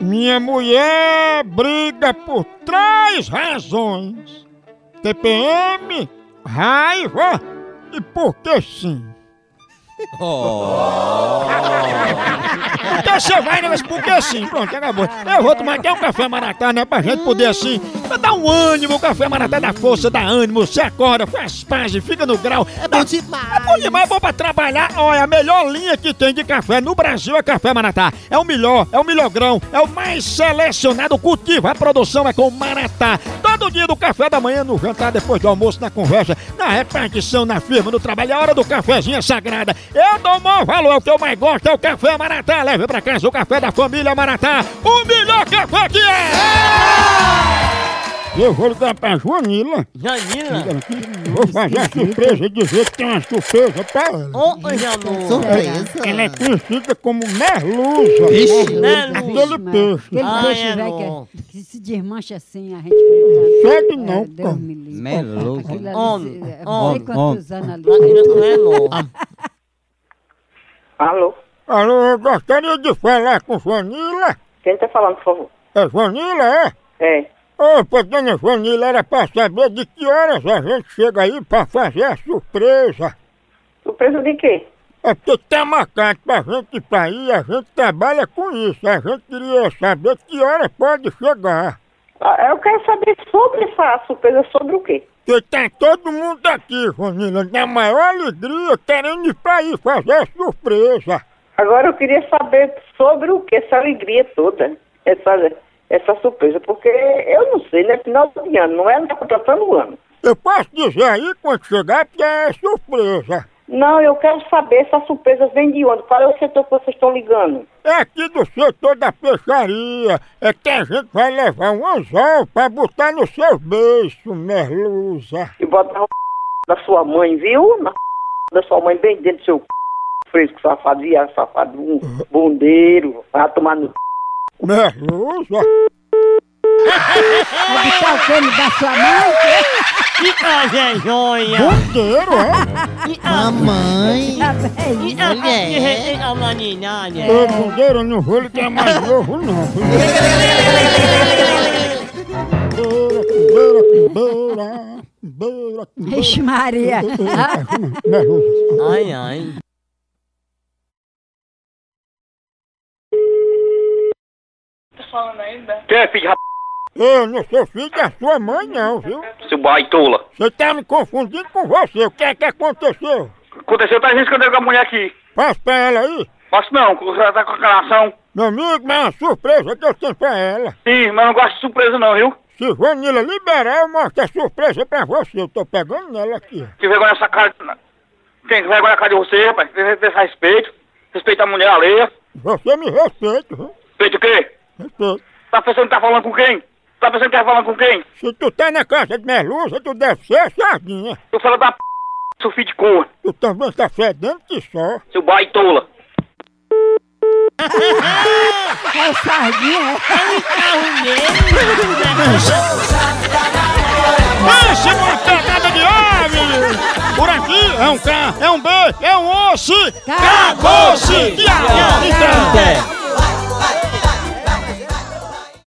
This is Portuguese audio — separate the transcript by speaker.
Speaker 1: Minha mulher briga por três razões: TPM, raiva e porque sim.
Speaker 2: Oh.
Speaker 1: Então você vai, né? Mas porque sim, pronto, acabou. Eu vou tomar até um café maratá, né? Pra gente poder assim, pra dar um ânimo, o café maratá dá força, dá ânimo, você acorda, faz paz, fica no grau.
Speaker 2: É
Speaker 1: dá-
Speaker 2: bom
Speaker 1: É bom
Speaker 2: demais.
Speaker 1: demais, bom pra trabalhar. Olha, a melhor linha que tem de café no Brasil é café Maratá. É o melhor, é o melhor grão, é o mais selecionado cultivo. A produção é com Maratá. Todo dia do café da manhã, no jantar, depois do almoço, na conversa, na repartição, na firma, no trabalho, é a hora do cafezinho é sagrada. Eu dou o maior valor, é o que eu mais gosto é o café Maratá. Leve pra casa o café da família Maratá. O melhor café que é! Eu vou ligar pra Joanila.
Speaker 3: Janina?
Speaker 1: Vou fazer a surpresa e dizer que tem uma surpresa pra ela.
Speaker 3: Ô, Janu!
Speaker 2: Surpresa.
Speaker 1: Ela é conhecida como merluza.
Speaker 3: Ixi.
Speaker 1: Aquele peixe.
Speaker 4: Aquele
Speaker 3: Ah,
Speaker 4: peixe
Speaker 3: é,
Speaker 4: velho
Speaker 3: não.
Speaker 4: que, que se desmancha assim, a gente fica.
Speaker 1: Sabe não,
Speaker 4: É, Deus
Speaker 1: cara.
Speaker 4: me livre.
Speaker 5: Meluco.
Speaker 4: Aquilo ali,
Speaker 3: Homem,
Speaker 4: é, Não sei
Speaker 3: homem,
Speaker 4: quantos anos
Speaker 3: Aquilo
Speaker 4: ali.
Speaker 3: não é louco.
Speaker 6: Alô?
Speaker 1: Alô, eu gostaria de falar com Vanilla.
Speaker 6: Quem tá falando, por favor?
Speaker 1: É Vanilla, é?
Speaker 6: É.
Speaker 1: Opa, dona Vanilla, era pra saber de que horas a gente chega aí pra fazer a surpresa.
Speaker 6: Surpresa de quê?
Speaker 1: É porque tá marcado pra gente ir pra aí, a gente trabalha com isso. A gente queria saber que horas pode chegar.
Speaker 6: Ah, Eu quero saber sobre essa surpresa, sobre o quê?
Speaker 1: Porque tá todo mundo aqui, Vanilla, na maior alegria, querendo ir pra aí fazer a surpresa.
Speaker 6: Agora eu queria saber sobre o que essa alegria toda, essa, essa surpresa, porque eu não sei, né? Final de ano, não é na completando o ano.
Speaker 1: Eu posso dizer aí quando chegar porque é surpresa.
Speaker 6: Não, eu quero saber essa surpresa vem de onde? Qual é o setor que vocês estão ligando?
Speaker 1: É aqui do setor da peixaria. É que a gente vai levar um anzol pra botar no seu beijo, merluza.
Speaker 6: E bota na da sua mãe, viu? Na da sua mãe, bem dentro do seu fresco, safado, viado, safado, um bondeiro, vai tomar no
Speaker 1: Merluza?
Speaker 3: é.
Speaker 4: Sabe o crânio da sua mãe?
Speaker 3: Que prazer, joia!
Speaker 1: Bondeiro, é?
Speaker 2: Mamãe.
Speaker 4: Tá bem.
Speaker 3: E a que retém a humanidade?
Speaker 1: Ô, bondeiro, eu não vou ligar mais novo, não. Beira, beira, beira, beira,
Speaker 4: Ixi, Maria.
Speaker 1: beira. Merluza.
Speaker 3: Ai, ai.
Speaker 7: Quem é filho de rap...
Speaker 1: Eu não sou filho da sua mãe, não, viu?
Speaker 7: Seu baitola.
Speaker 1: Você tá me confundindo com você. O que é que aconteceu?
Speaker 7: Aconteceu três vezes que eu dei com a mulher aqui.
Speaker 1: Passa pra ela aí.
Speaker 7: Mas não, ela tá com a calação.
Speaker 1: Meu amigo, mas é uma surpresa que eu tenho pra ela.
Speaker 7: Sim, mas não gosto de surpresa não, viu?
Speaker 1: Se Vanilla liberar, eu mostro a surpresa pra você. Eu tô pegando nela aqui.
Speaker 7: Que vergonha essa cara... Tem que vergonha na cara de você, rapaz. Tem que ter esse respeito. Respeita a mulher alheia.
Speaker 1: Você me respeita, viu?
Speaker 7: Respeita o quê?
Speaker 1: Respeito.
Speaker 7: Tá pensando que tá falando com quem? Tá pensando que tá falando com quem?
Speaker 1: Se tu tá na casa de merluza, tu deve ser a sardinha.
Speaker 7: Seu fala da p... Seu filho de corno.
Speaker 1: Tu também tá fedendo que só.
Speaker 7: Seu baitola.
Speaker 4: É o sardinha. é?
Speaker 1: Pense numa é pegada de homem! Por aqui é um K, é um B, é um osso! Acabou-se!
Speaker 4: Acabou-se!
Speaker 1: Então...